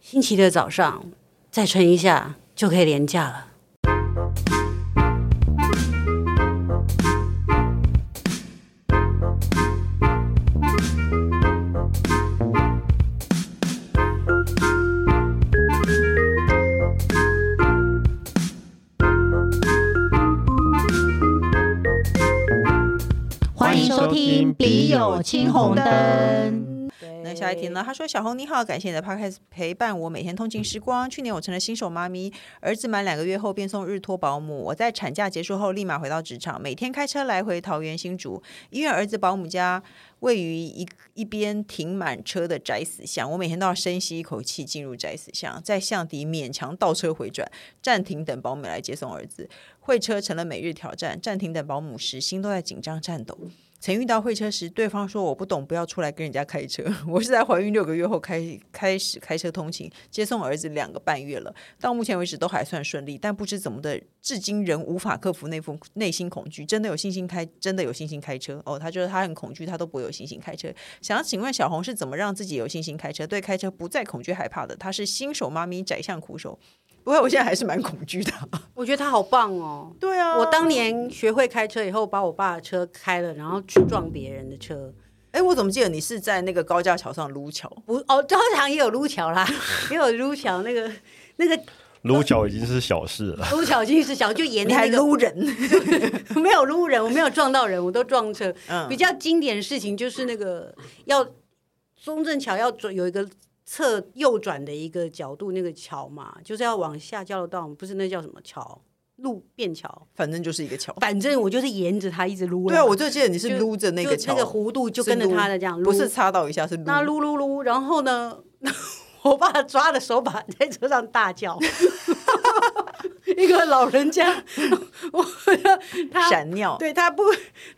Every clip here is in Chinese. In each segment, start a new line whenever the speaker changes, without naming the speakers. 星期六早上再撑一下就可以连假了。
欢迎收听《笔友青红灯》。
那下一题呢？他说：“小红你好，感谢你的 podcast 陪伴我每天通勤时光。去年我成了新手妈咪，儿子满两个月后便送日托保姆。我在产假结束后立马回到职场，每天开车来回桃园新竹，因为儿子保姆家位于一一边停满车的窄死巷，我每天都要深吸一口气进入窄死巷，在巷底勉强倒车回转，暂停等保姆来接送儿子。会车成了每日挑战，暂停等保姆时，心都在紧张颤抖。”曾遇到会车时，对方说我不懂，不要出来跟人家开车。 我是在怀孕六个月后开开始开车通勤，接送儿子两个半月了，到目前为止都还算顺利，但不知怎么的，至今仍无法克服那份内心恐惧。真的有信心开，真的有信心开车哦。他觉得他很恐惧，他都不会有信心开车。想要请问小红是怎么让自己有信心开车，对开车不再恐惧害怕的？她是新手妈咪，宰相苦手。不过我现在还是蛮恐惧的。
我觉得他好棒哦！
对啊，
我当年学会开车以后，把我爸的车开了，然后去撞别人的车。
哎，我怎么记得你是在那个高架桥上撸桥？
不哦，招常也有撸桥啦， 也有撸桥那个那个
撸脚已经是小事了。
撸桥就是小，就演
你还
那个
撸人？
没有撸人，我没有撞到人，我都撞车。
嗯
比较经典的事情就是那个要中正桥要转有一个侧右转的一个角度，那个桥嘛，就是要往下交流道，不是那叫什么桥，路便桥。
反正就是一个桥。
反正我就是沿着它一直撸啦。
对啊，我就记得你是
就
撸着那
就
个桥，
那个弧度就跟着它的这样
是撸
撸，
不是擦到一下是撸。
那噜噜噜，然后呢， 我爸抓了手把在车上大 叫，一个老人家， 我他
闪尿，
对他不，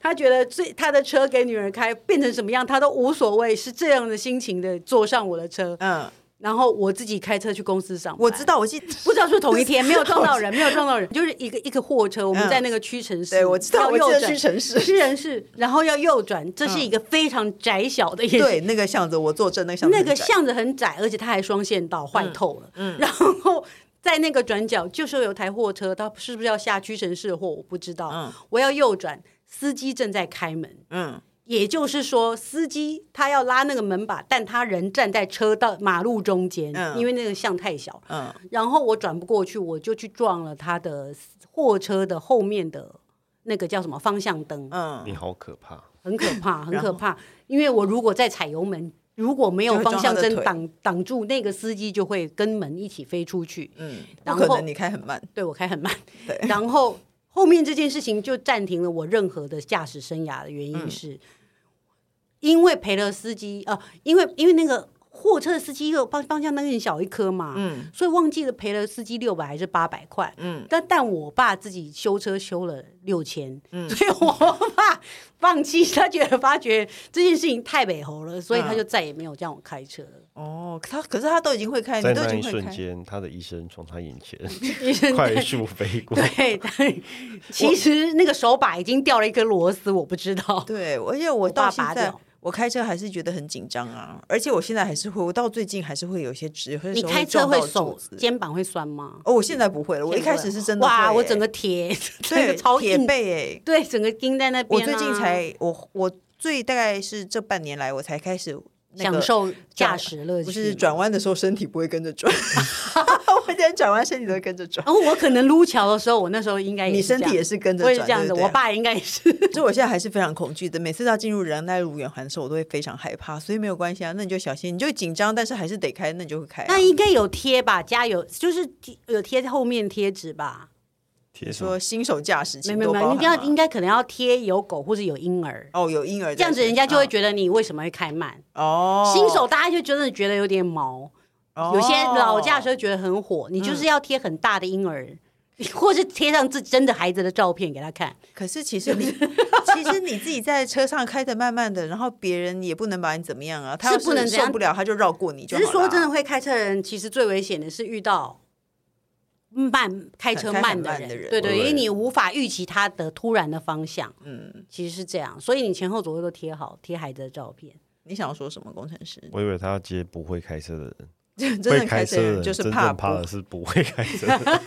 他觉得最他的车给女儿开变成什么样他都无所谓，是这样的心情的坐上我的车，
嗯，
然后我自己开车去公司上班。
我知。道，我记得，
不知道是不是同一 天，没有撞到人，没有撞到人，就是一个一个货车，我们
嗯
在那个屈臣氏，
对我知道，
要
我
右
记得
转
去城 市，
屈臣氏，然后要右转，这是一个非常窄小的，也是
嗯对那个巷子，我坐正那个巷子
那
很窄，
个巷子很窄，而且它还双线道，坏透了。
嗯
然后在那个转角，就说有台货车，它是不是要下屈臣氏的货？我不知道。
嗯
我要右转，司机正在开门，
嗯，
也就是说，司机他要拉那个门把，但他人站在车道马路中间，
嗯
因为那个巷太小。
嗯
然后我转不过去，我就去撞了他的货车的后面的那个叫什么方向灯。
嗯
你好可怕！
很可怕，很
然
可
后
怕。因为我如果再踩油门，如果没有
就会
方向
撞他的
灯
腿
挡挡住，那个司机就会跟门一起飞出去。
嗯，不
然
可
后
能你开很慢，
对我开很慢
对，
然后后面这件事情就暂停了我任何的驾驶生涯的原
嗯
因是，因为赔了司机呃，因为因为那个货车的司机又方方向灯很小一颗嘛，
嗯
所以忘记了赔了司机六百还是八百块。
嗯
但但我爸自己修车修了六千、
嗯
所以我爸放弃，他觉得发觉这件事情太美猴了，所以他
嗯
就再也没有让我开车了。
哦，他可是他都已经会开，
在
哎你都已
那
经
一
会
瞬
开，
间，他的医生从他眼前
医生
快速飞 过。
对，但其实那个手把已经掉了一根螺丝，我不知道。
对，而且我
我爸
到现
拔
在
掉。
我开车还是觉得很紧张啊，而且我现在还是会，我到最近还是会有一些直，有些
你
时候
开车
撞
会
到柱
手
子
肩膀会酸吗？
哦，我现在不会了，我一开始是真的
哇，
会
我
欸
整个铁， 整
对
个超
铁
硬，
背哎，
对，整个钉在那
我
边啊、
最近才，我我最大概是这半年来，我才开始、那个、
享受驾
转
驶乐趣，
不是转。弯的时候身体不会跟着 转，我现在转弯身体都会跟着转，
然后我可能撸桥的时候，我那时候应哦该也
你
是这
身体
样
也是跟着
我
转，
也是这样子，
对啊哎不对
我，爸应该也是。
所以我现在还是非常恐惧的。每次要进入人来如圆环的时候，我都会非常害怕，所以没有关系啊，那你就小心，你就紧张，但是还是得开，那你就会开、啊
那。应该有贴吧，家有就是贴有贴后面贴纸吧？
贴什么
说新手驾驶，
没
请
没
多
没，
包
应该
涵
应
嘛
该可能要贴有狗或者有婴儿，
哦，有婴儿在
这样子人家就会
嗯
觉得你为什么会开慢。
哦，
新手大家就真的觉得有点毛，
哦嗯
有些老驾驶会觉得很火，你就是要贴很大的婴儿。 或是贴上自己真的孩子的照片给他看，
可是其实你， 其实你自己在车上开的慢慢的，然后别人也不能把你怎么样啊，他
是
要
不能怎
受
样
不了，他就绕过你就
只
好
是
了啊。
说真的会开车的人，其实最危险的是遇到慢开车
开很
慢的
慢
人，
的人
对对，
对
因为你无法预期他的突然的方向。
嗯，
其实是这样，所以你前后左右都贴好，贴孩子的照片。
你想要说什么？工程师
我以为他要接不会开车的人，
真
会
正开
车
车
的
人
人
就是
真
怕
正怕
不
的是不会开车的，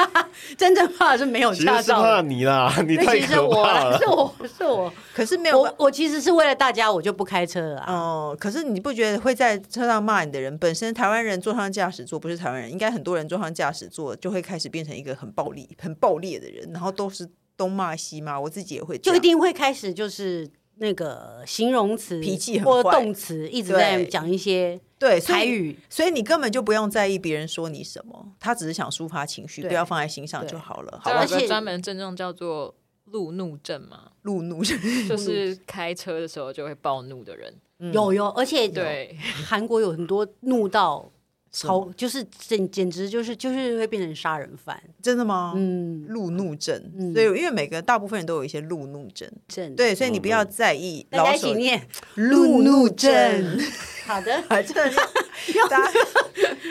真正怕的 是没有
其实
驾
是
照的
怕。你啦， 你
那
太
其实
可
我
怕
啦
啊
了
是。我是我，
可是没有办
我我其实是为了大家，我就不开车了啊。
哦，可是你不觉得会在车上骂你的人，本身台湾人坐上驾驶座不是台湾人，应该很多人坐上驾驶座就会开始变成一个很暴力、很暴烈的人，然后都是东骂西骂，我自己也会这
就一
样
定会开始就是那个形容词、
脾气很
或
坏
动词一直
对
在讲一些
对所以
台语，
所以你根本就不用在意别人说你什么，他只是想抒发情绪，不要放在心上就好了。好
对
吧
而
有
且
个专门症状叫做路怒症嘛，
路怒
嗯就是开车的时候就会暴怒的人。
嗯
有有，而且
对，
韩国有很多怒到
吗
超，就是简简直就是就是会变成杀人犯。
真的吗？
嗯，
路怒症，
嗯
所以因为每个大部分人都有一些路怒症，
真的，
对，所以你不要在意
大家
老
一起
手
念。
路怒症。。
好 的，
啊， 真的是大家，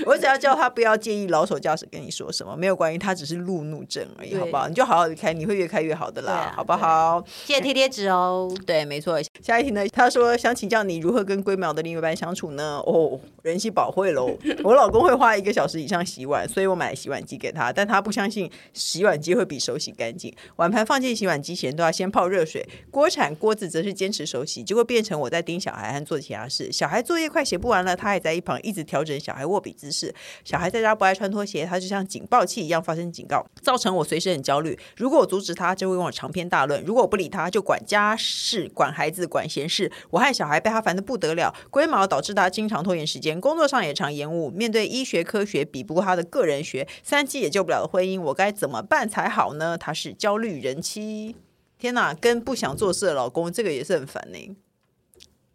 我只要叫他不要介意老手驾驶跟你说什么，没有关系，他只是路怒症而已，
对
好不好？你就好好的开，你会越开越好的啦，
对啊
好不好？
谢谢贴贴纸哦。
对，没错。下一题呢？他说想请教你如何跟龟毛的另一半相处呢？哦，人气宝会喽！我老公会花一个小时以上洗碗，所以我买洗碗机给他，但他不相信洗碗机会比手洗干净。碗盘放进洗碗机前都要先泡热水，锅铲、锅子则是坚持手洗，结果变成我在盯小孩和做其他事。小孩作业快写不完了，他还在一旁一直调整小孩握笔姿势。小孩在家不爱穿拖鞋，他就像警报器一样发生警告，造成我随时很焦虑。如果我阻止他，就会跟我长篇大论；如果我不理他，就管家事、管孩子、管闲事。我和小孩被他烦得不得了，龟毛导致他经常拖延时间，工作上也常延误。面对医学科学比不过他的个人学，三妻也救不了的婚姻，我该怎么办才好呢？他是焦虑人妻。天哪，跟不想做事的老公，这个也是很烦呢、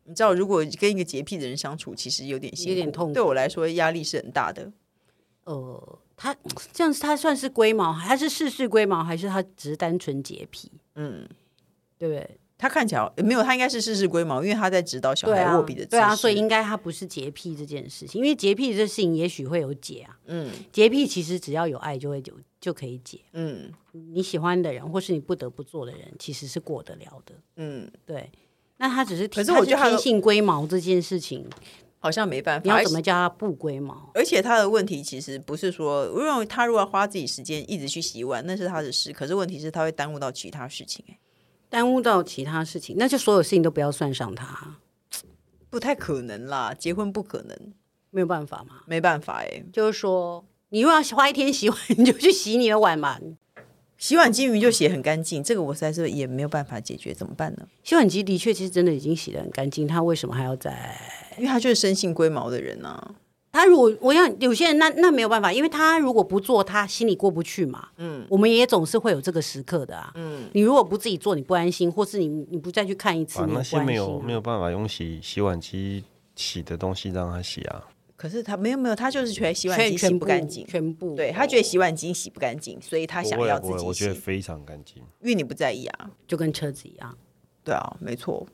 你知道，如果跟一个洁癖的人相处，其实有点辛苦，
有点痛苦
对我来说，压力是很大的。
呃，他这样他算是龟毛，他是世事龟毛，还是他只是单纯洁癖？
嗯，
对不对？
他看起来没有，他应该是事事龟毛，因为他在指导小
对
孩
啊
握笔的，姿
对啊，
势
所以应该他不是洁癖这件事情，因为洁癖这事情也许会有解啊。
嗯
洁癖其实只要有爱就会有就可以解，
嗯
你喜欢的人或是你不得不做的人，其实是过得了的。
嗯，
对，那他只是
可是我觉得他的
天性龟毛这件事情，
好像没办
你
法。
要
而
怎
且
么叫他不龟毛？
而且他的问题其实不是说，因为他如果要花自己时间一直去洗碗，那是他的事。可是问题是，他会耽误到其他事情、哎，
耽误到其他事情，那就所有事情都不要算上他，
不太可能啦，结婚不可能，
没有办法嘛。
没办法哎、
就是说，你又要花一天洗碗，你就去洗你的碗嘛。
洗碗金鱼就洗得很干净，这个我实在是也没有办法解决，怎么办呢？
洗碗机的确，其实真的已经洗得很干净，他为什么还要再？
因为他就是生性龟毛的人啊。
他如果我想有些人那那没有办法，因为他如果不做，他心里过不去嘛。嗯，我们也总是会有这个时刻的啊。嗯，你如果不自己做，你不安心，或是你你不再去看一次，
把
你也
那
不
些
安
没
心、啊
有没
有，
有办法用洗洗碗机洗的东西让他洗啊，
可是他没有没有，他就是觉得洗碗
全
机洗
全
不
部
干净，
全部
对他觉得洗碗机洗不干净，所以他
不
想
会
要
啊
自
不会，
己
我觉得
洗，
非常干净。
因为你不在意啊。
就跟车子一样。
对啊，没错。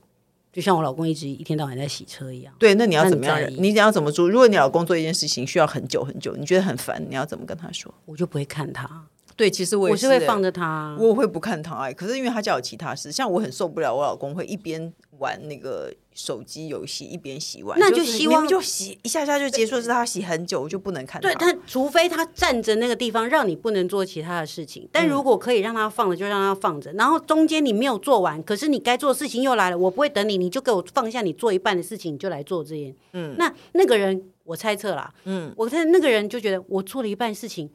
就像我老公一直一天到晚在洗车一样，
对，那你要
那
怎
你
么样
在
忍？
意
你要怎么做？如果你老公做一件事情需要很久很久，你觉得很烦，你要怎么跟他说？
我就不会看他，
对，其实我
我
也
是
欸
会放，着他。
我会不看他、欸。可是因为他家有其他事，像我很受不了，我老公会一边玩那个手机游戏一边洗碗，
那就是希
明明
望
就洗一下下就结束，是他洗很久，我就不能看他。
对他，除非他站着那个地方让你不能做其他的事情，但如果可以让他放着，就让他放着。然后中间你没有做完，可是你该做的事情又来了，我不会等你，你就给我放下你做一半的事情，你就来做这件。嗯，那那个人我猜测啦，嗯，我猜那个人就觉得我做了一半事情，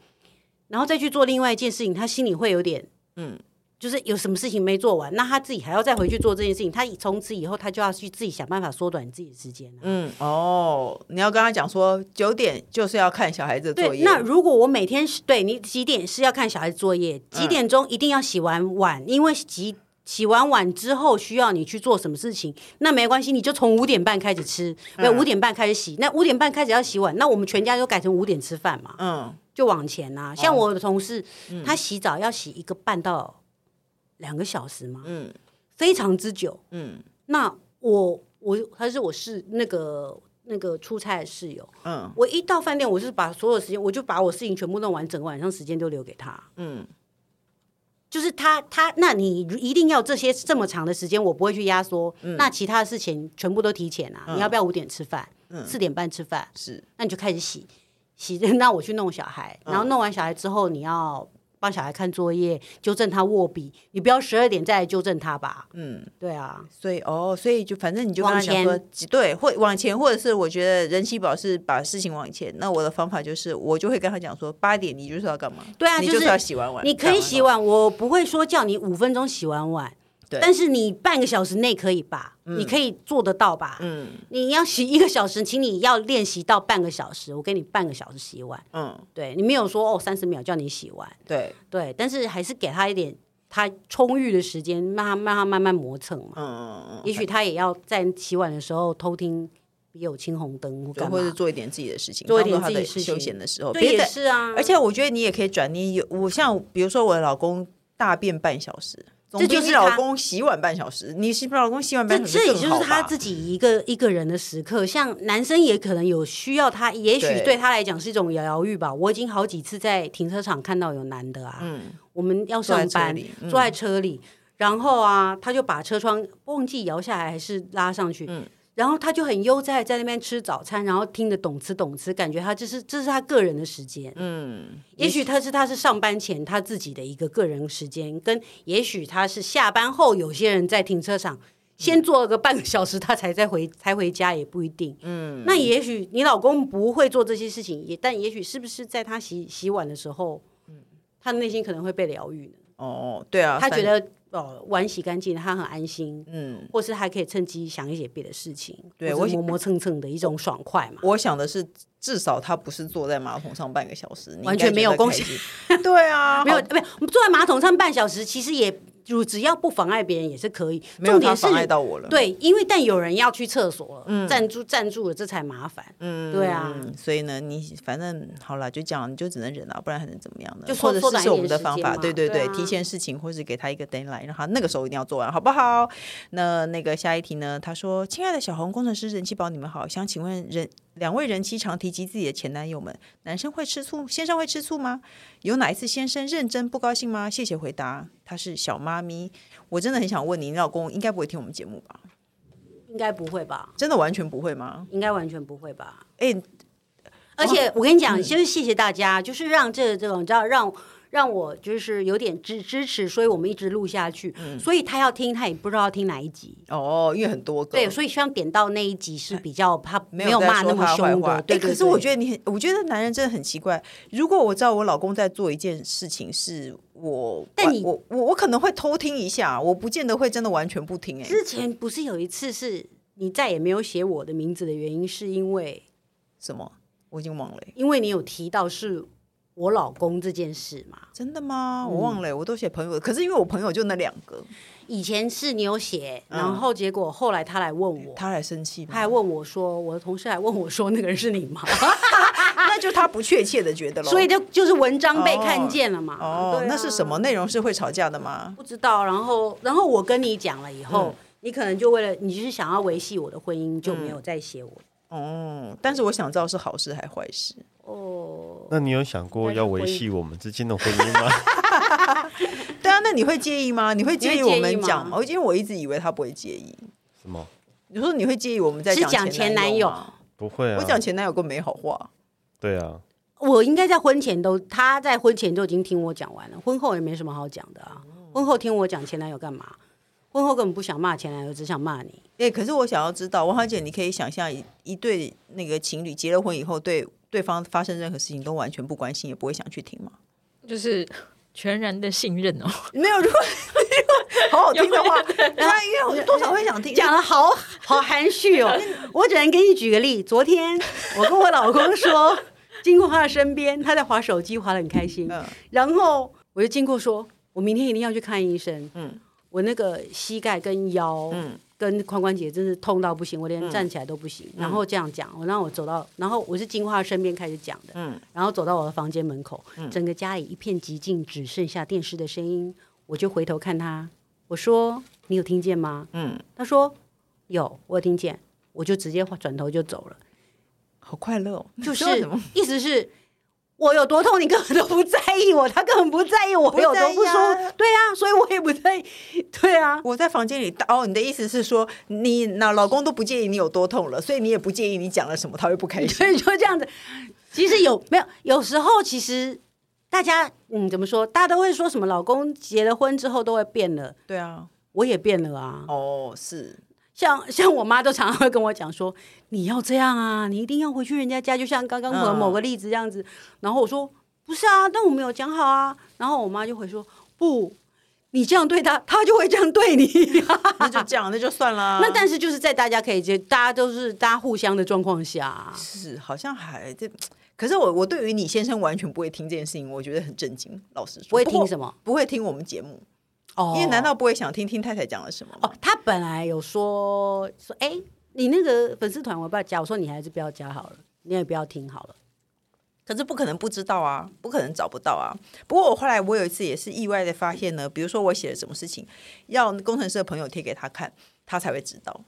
然后再去做另外一件事情，他心里会有点嗯。就是有什么事情没做完，那他自己还要再回去做这件事情，他以从此以后他就要去自己想办法缩短自己的时间、啊。
嗯，哦，你要跟他讲说九点就是要看小孩子的作
对，
业。
那如果我每天是对你几点是要看小孩子作业，
嗯
几点钟一定要洗完碗，因为洗洗完碗之后需要你去做什么事情，那没关系，你就从五点半开始吃，
嗯
没有五点半开始洗，那五点半开始要洗碗，那我们全家就改成五点吃饭嘛，
嗯，
就往前啊。像我的同事，他洗澡要洗一个半到两个小时嘛，
嗯
非常之久。
嗯
那我我他是我室那个那个出差的室友，
嗯
我一到饭店，我就是把所有时间，我就把我事情全部弄完，整个晚上时间都留给他。
嗯，
就是他他，那你一定要这些这么长的时间，我不会去压缩。
嗯
那其他的事情全部都提前啊。你要不要五点吃饭？四、点半吃饭？
嗯是嗯
那你就开始洗。洗， 那我去弄小孩，然后弄完小孩之后，你要帮小孩看作业，纠正他握笔，你不要十二点再来纠正他吧？
嗯，
对啊，
所以哦，所以就反正你就跟他讲说
往，
对，或往前，或者是我觉得人气宝是把事情往前。那我的方法就是，我就会跟他讲说，八点你就是要干嘛？
对啊
你
就是
是要洗完碗，
你可以洗
碗。
碗，我不会说叫你五分钟洗完碗，
啊对
但是你半个小时内可以吧？你可以做得到吧？
嗯
你要洗一个小时，请你要练习到半个小时，我给你半个小时洗碗。
嗯，
对你没有说哦，三十秒叫你洗完，
对，
对，但是还是给他一点他充裕的时间，让他让他慢慢磨蹭嘛。
嗯，
也许他也要在洗碗的时候偷听别有青红灯或
对
干嘛
或者，做一点自己的事情，
做一点
当做他的
自己事情
休闲的时候，
对，
别
也
的。
是啊。
而且我觉得你也可以转，你有我像比如说我的老公大便半小时，总
这
比
就是
你
他
老公洗碗半小时，你是不是老公洗碗
这
半小时
这也
更
就是
好
他
吧
自己一个一个人的时刻，像男生也可能有需要他，也许
对
对他来讲是一种疗愈吧。我已经好几次在停车场看到有男的啊，
嗯
我们要
坐在
上
车
班
里，嗯
坐在车里，然后啊，他就把车窗忘记摇下来还是拉上去，
嗯
然后他就很悠哉地在那边吃早餐，然后听得懂吃懂吃，感觉他这是这是他个人的时间，
嗯，
也许他是他是上班前他自己的一个个人时间，跟也许他是下班后，有些人在停车场
嗯
先坐了个半个小时，他才再回才回家也不一定。嗯，那也许你老公不会做这些事情，也但也许是不是在他洗洗碗的时候，他的内心可能会被疗愈呢？
哦，对啊，
他
反
觉得哦碗洗干净，他很安心，
嗯，
或是还可以趁机想一些别的事情，
对
或
我
是磨磨蹭蹭的一种爽快嘛。
我想的是，至少他不是坐在马桶上半个小时，你应该
完全没有
觉得
贡
开
献
心。 对啊，
没有，
好
不是坐在马桶上半小时，其实也如只要不妨碍别人也是可以。
没有
重
他
点是
妨碍到我了。
对，因为但有人要去厕所了，站住站住了，这才麻烦。嗯，对啊，
嗯，所以呢，你反正好了，就这样，你就只能忍了，不然还能怎么样呢？
就缩
或者
缩
是
短一
是我
点
们的
时
方
间
法，
嘛
对对
对
对，
啊
提前事情，或是给他一个 deadline，让他那个时候一定要做完，好不好？那那个下一题呢？他说：“亲爱的小红工程师人气宝，你们好，想请问人两位人妻常提及自己的前男友们，男生会吃醋，先生会吃醋吗？有哪一次先生认真不高兴吗？谢谢回答。他是小妈咪，我真的很想问你，你老公应该不会听我们节目吧？
应该不会吧？
真的完全不会吗？
应该完全不会吧？
哎、
而
哦
且我跟你
嗯
讲，就是谢谢大家，就是让这这种，你知道让。让我就是有点支支持，所以我们一直录下去。
嗯
所以他要听，他也不知道听哪一集。
哦，因为很多个，
对，所以希望点到那一集是比较他没
有
有
在
骂
说
那么
他坏
凶
话
的。对，
诶可是我觉得你很，我觉得男人真的很奇怪。如果我知道我老公在做一件事情，是我，
但
我
你
我我我可能会偷听一下，我不见得会真的完全不听、诶，
之前不是有一次是你再也没有写我的名字的原因，是因为
什么？我已经忘了、欸诶
因为你有提到是我老公这件事嘛？
真的吗？
嗯
我忘了、诶欸我都写朋友，可是因为我朋友就那两个，
以前是你有写，
嗯
然后结果后来他来问我，
他还生气吗，
他还问我说，我的同事还问我说，那 个人是你吗？
那就他不确切的觉得喽。
所以就就是文章被看见了嘛。
哦，
对啊
那是什么内容是会吵架的吗？
不知道。然后然后我跟你讲了以
嗯
后。你可能就为了你就是想要维系我的婚姻，就没有再写我。
哦，但是我想知道是好事还坏事。
哦，
那你有想过要维系我们之间的婚姻吗？
对啊，那你会介意吗？你会介
你
意
会介
我
意
们讲
吗
吗？因为我一直以为他不会介意。
什么？
你说你会介意我们在
是讲
前
前
男
男
友
友
吗？
不会啊。
我讲前男友更没好话，
对啊，
我应该在婚前都，他在婚前就已经听我讲完了，婚后也没什么好讲的啊。
哦
婚后听我讲前男友干嘛？婚后根本不想骂前男友，只想骂你。
哎、可是我想要知道，王小姐，你可以想象一一对那个情侣结了婚以后，对对方发生任何事情都完全不关心，也不会想去听吗？
就是全然的信任哦。
没有，如果如果好好听的话，啊那应该有多少会想听。
讲的 好好含蓄哦，我只能给你举个例。昨 天我跟我老公说，经过他的身边，他在划手机，划得很开心。
嗯
然后我就经过说，我明天一定要去看医生。
嗯
我那个膝盖跟腰，
嗯
跟髋关节真是痛到不行，我连站起来都不行。然后这样讲，我让我走到，然后我是经过他身边开始讲的，
嗯
然后走到我的房间门口，整个家里一片寂静，只剩下电视的声音。我就回头看他，我说：“你有听见吗
嗯，？”
他说：“有，我有听见。”我就直接转头就走了，
好快乐哦，
就是
说什么
意思是。我有多痛，你根本都不在意我，他根本不在意我
不
有
在
多
意
不舒
啊
服，对啊，所以我也不在意，对啊，
我在房间里大哦，你的意思是说，你那老公都不介意你有多痛了，所以你也不介意你讲了什么，他会不开心。
所以就这样子，其实有没有有时候其实大家嗯怎么说，大家都会说什么老公结了婚之后都会变了，
对啊，
我也变了啊。
哦，是，
像 像我妈都常常会跟我讲说，你要这样啊，你一定要回去人家家，就像刚刚某
嗯
某个例子这样子。然后我说不是啊，但我们有讲好啊。然后我妈就会说不，你这样对他，他就会这样对你。啊
那就这样， 那就算了。
那但是就是在大家可以接，大家都是大家互相的状况下，
是好像还这，可是我我对于你先生完全不会听这件事情，我觉得很震惊。老实说，
不会
过
听什么
不会听我们节目，
哦
因为难道不会想听听太太讲了什么吗？
哦，他本来有说说，哎、你那个粉丝团我要不要加？我说你还是不要加好了，你也不要听好了。
可是不可能不知道啊，不可能找不到啊。不过我后来我有一次也是意外的发现呢，比如说我写了什么事情，要工程师的朋友贴给他看，他才会知道，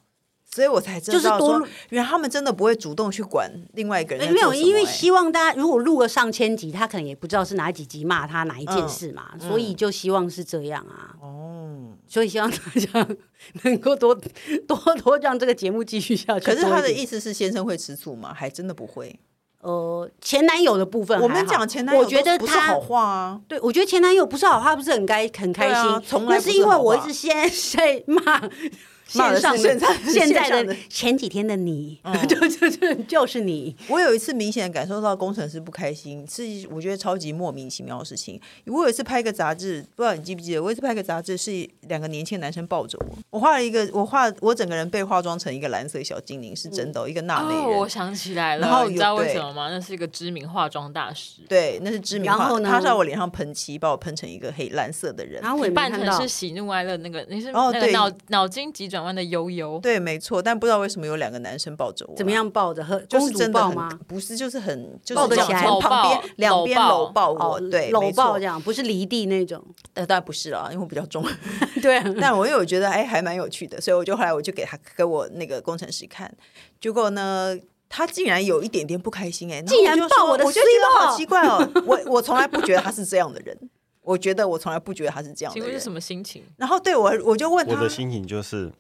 所以我才知
就是
道
多
说
录，
原来他们真的不会主动去管另外一个人在
没有，
做什么、
因为
哎
希望大家如果录了上千集，他可能也不知道是哪几集骂他哪一件事嘛，
嗯
所以就希望是这样啊。哦，所以希望大家能够多 多多让这个节目继续下去。
可是他
多
的
一点
意思是先生会吃醋吗？还真的不会。
呃前男友的部分还好，
嗯我们讲前男友
我觉
都
得
不是
他
好话啊，
对，我觉得前男友不是好话，不是很该很开心，
对啊从来
那
不是
是因为
好话
我一直现在骂
骂
线
的
上
是 现在
现
线上
在
的嗯
的前几天的你， 就就就就是你，
我有一次明显地感受到工程师不开心，是我觉得超级莫名其妙的事情。我有一次拍一个杂志，不知道你记不记得？我有一次拍一个杂志是两个年轻男生抱着我，我画了一个，我画我整个人被化妆成一个蓝色小精灵，是真
嗯
的哦、一个娜美
哦，
人。
我想起来
然后
了，
有
你知道为什么吗？那是一个知名化妆大师，
对，那是知名画，
然后呢
他是在我脸上喷漆，把我喷成一个黑蓝色的人。
然后我也没
扮
看
成
到
是。喜怒哀乐那个，你是
哦
那个
对
脑脑筋急转弯的悠悠，
对，没错，但不知道为什么有两个男生抱着我，
怎么？样抱着和
就
公
是
主
真的
抱
很
吗？
不是，就是很就是
抱得起来
从旁
搂
边
抱
两边
搂
搂抱我，哦对，
搂
没错
抱这，样，不是离地那 种。
但当然不是啦，因为我比较重。
对 啊，
但我有觉得哎还蛮有趣的，所以我就后来我就给他给我那个工程师看，结果呢。他竟然有一点点不开心哎、然后
竟然
我就说
抱我的
我就觉得
C
好
抱
奇怪哦，我我从来不觉得他是这样的人，我觉得我从来不觉得他是这样
请
的
问是
人。
什么心情？
然后对我我就问他，
我的心情就是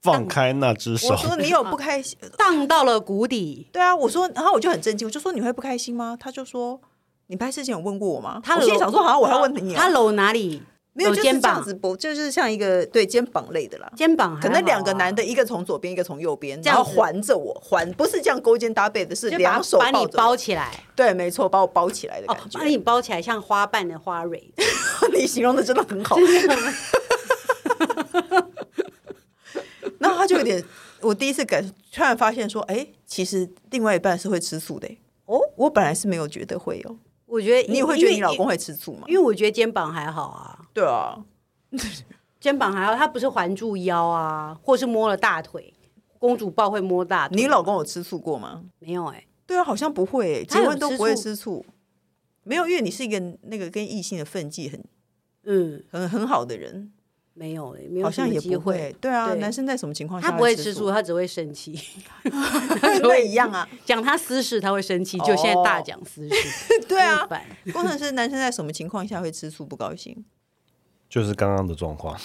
放开那只手
我，说你有不开心？
荡到了谷底。
对啊，我说，然后我就很震惊，我就说你会不开心吗？他就说你拍之前有问过我吗？
他
我心里
搂
想说好像我要问你、哦，
他搂哪里？
没有
搂
就是
肩
这样
膀
子，不就是像一个对肩膀类的啦，
肩膀还好啊，
可能两个男的，一个从左边，一个从右边，
这
然
样
后
子
环着我，环不是这样勾肩搭背的，是
就把
两手
把
抱
你
着我
包，起来，
对，没错，把我包起来的
哦
感，觉。
把你包起来像花瓣的花蕊。
你形容的真的很好。 然后他就有点，我第一次感突然发现说，哎，其实另外一半是会吃醋的。哦，我本来是没有觉得会有，
我觉得
你也会觉得你老公，会吃醋吗
因为？因为我觉得肩膀还好啊。
对啊，
肩膀还好，他不是环住腰啊，或是摸了大腿。公主抱会摸大腿，
你老公有吃醋过吗？
没有哎、
对啊，好像不会耶，
他
结
有
婚都不会
吃
吃醋，没有，因为你是一个那个跟异性的分际很
嗯，
很很好的人。
没有哎、没有
好
什
像
么
也
机
不
会
会。。对啊，
对
男生在什么情况下
他不会
吃
吃醋，？他只会生气。
那一样啊。
讲他私事，他会生气。就
哦
现在大讲私事，
对啊
怎么，办
工程师男生在什么情况下会吃醋不高兴？
就是刚刚的 状况。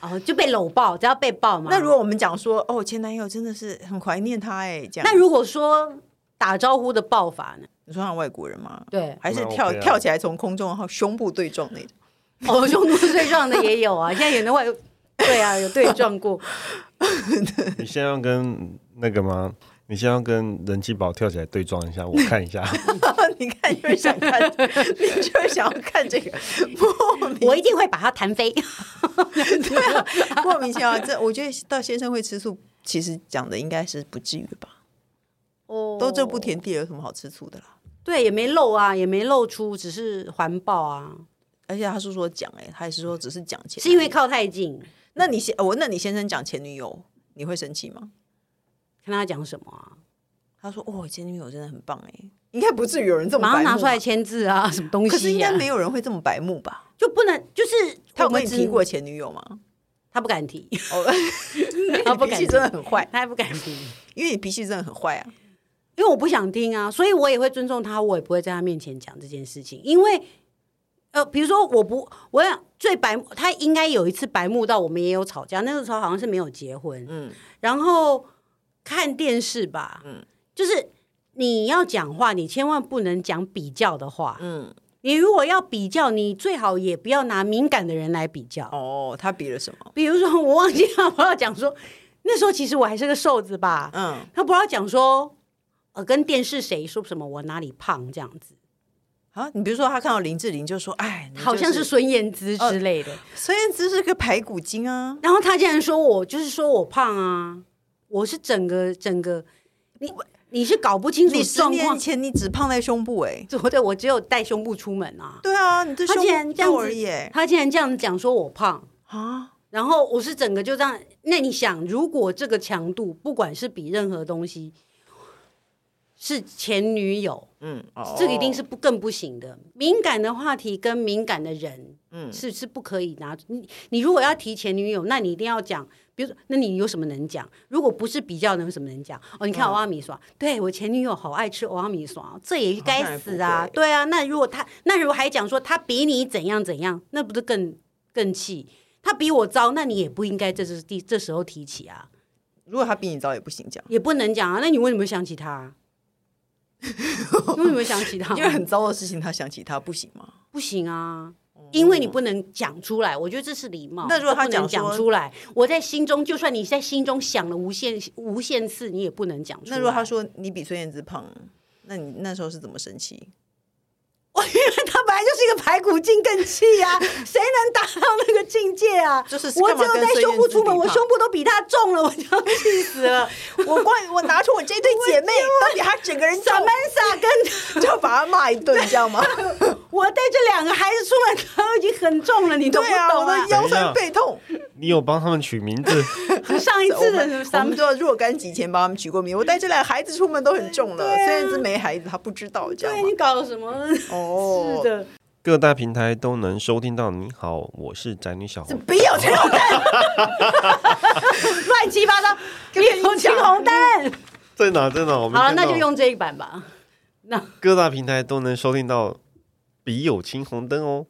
哦，就被搂抱，只要被抱嘛。
那如果我们讲说，哦，前男友真的是很怀念他哎，这样，
那如果说打招呼的抱法呢？
你说他外国人吗？
对，
还是
那
跳
OK 啊
跳起来从空中然后胸部对撞那种？
哦，胸部对撞的也有啊，现在有那外，对啊，有对撞 过。
你现在要跟那个吗？你现在要跟人气宝跳起来对撞一下，我看 一下。
你看就是想看，你就是想要看这个莫名
我一定会把他弹飞。
莫名其妙。这我觉得到先生会吃醋，其实讲的应该是不至于吧？
哦
都这步田地有什么好吃醋的啦？
对，也没露啊，也没露出，只是环抱啊，
而且他是说讲哎，他也是说只是讲前男友，
是因为靠太近。
那你先，哦我那你先生讲前女友，你会生气吗？
看他讲什么啊，
他说：“哦，前女友真的很棒哎，应该不至于有人这么
马上
白目吧
拿出来签字啊，什么东西、啊？
可是应该没有人会这么白目吧？
就不能，就是
他有
我们
跟你
只
提过，前女友吗？
他不敢提，
哦，
他
你
不敢
脾
提
气真的很坏，
他不敢提，
因为你脾气真的很坏啊。
因为我不想听啊，所以我也会尊重他，我也不会在他面前讲这件事情，因为。呃，比如说，我不，我想最白目，他应该有一次白目到我们也有吵架，那个时候好像是没有结婚，
嗯，
然后看电视吧，嗯，就是你要讲话，你千万不能讲比较的话。
嗯，
你如果要比较，你最好也不要拿敏感的人来比较。
哦，他比了什么？
比如说，我忘记他不要讲说，那时候其实我还是个瘦子吧。
嗯，
他不要讲说，呃，跟电视谁说什么我哪里胖这样子，
啊，你比如说他看到林志玲就说，哎，你就
好像嗯是呃
是
孙燕姿之类的。
孙燕姿是个排骨精啊，
然后他竟然说我就是说我胖啊，我是整个整个，你你是搞不清楚
你十
状
年
况。
前你只胖在胸部哎、欸，
我对我只有带胸部出门啊，
对啊，你这
他
胸
竟然
部
这样
够
子
而已、欸、
他竟然这样讲说我胖，
啊，
然后我是整个就这样。那你想，如果这个强度，不管是比任何东西，是前女友，
嗯，
这个一定是不更不行的。敏感的话题跟敏感的人，
嗯
是是不可以拿。你你如果要提前女友，那你一定要讲，比如说，那你有什么能讲？如果不是比较，能有什么能讲？哦，你
嗯
看欧阿米耍，对我前女友好爱吃欧阿米耍，这也
好像
该
也
死
不
啊！
会
对啊，那如果他，那如果还讲说他比你怎样怎样，那不是更更气？他比我糟，那你也不应该这是第这时候提起啊，
如果他比你糟也不行，这 样，
也不能讲啊。那你为什么会想起他？ 你为什么会想起 他？
因为很糟的事情他想起他不行吗？
不行啊，因为你不能讲出来，我觉得这是礼貌。
哦那如果他
不能
讲说
讲出来，我在心中，就算你在心中想了无限无限次，你也不能讲出来。
那如果他说你比孙燕姿胖，那你那时候是怎么生气？
他本来就是一个排骨精更气 啊，谁能达到那个境界啊？
就是
我
干
只
嘛
有
跟
带
孙
胸
燕
部
姿
出门，
比
我
胖
胸部都比他重了， 我就要气死了。
我光我拿出 我这对姐妹，到底她整个人
萨
怎
曼莎跟
么， 就要把她骂一顿，这样吗？
我带这两个孩子出门都已经很重了，你都不
对啊，
懂
我
啊
的腰酸背痛。
你有帮他们取名字？
上一
我
次的
们我
萨
们
曼
就若干集前帮他们取过名。我带这俩孩子出门都很重了，
对啊
孙燕姿没孩子，她不知道这样
对
吗
你？搞什么？
哦
是的，
各大平台都能收听到。你好，我是宅女小红。
没有这种
乱七八糟，
跟你
有青
讲
红灯。
在哪？在哪？我没
好了，
看
那
到
就用这一版吧。
各大平台都能收听到《笔友青红灯》哦。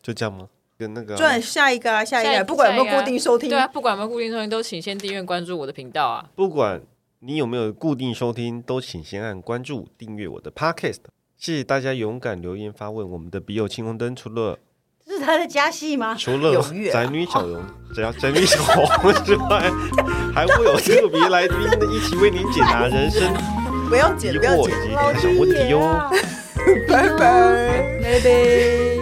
就这样吗？跟那个啊、
转下一个啊，下一
下一
个，
个
不管有没有
下一个
固
啊
定收听
对，啊，不管有没有固定收听，都请先订阅关注我的频道啊。
不管你有没有固定收听，都请先按关注、订阅我的 Podcast。谢谢大家勇敢留言发问。我们的《笔友青红灯》除了
这是他的家戏吗？
除了
踊跃啊
宅女小红，只要宅女小红之外，还会有特别来宾一起为您解答人生
不要剪，
疑
不要
惑
剪，
以及
老
小
天
问题
爷
哟。
啊！
拜拜。
拜拜。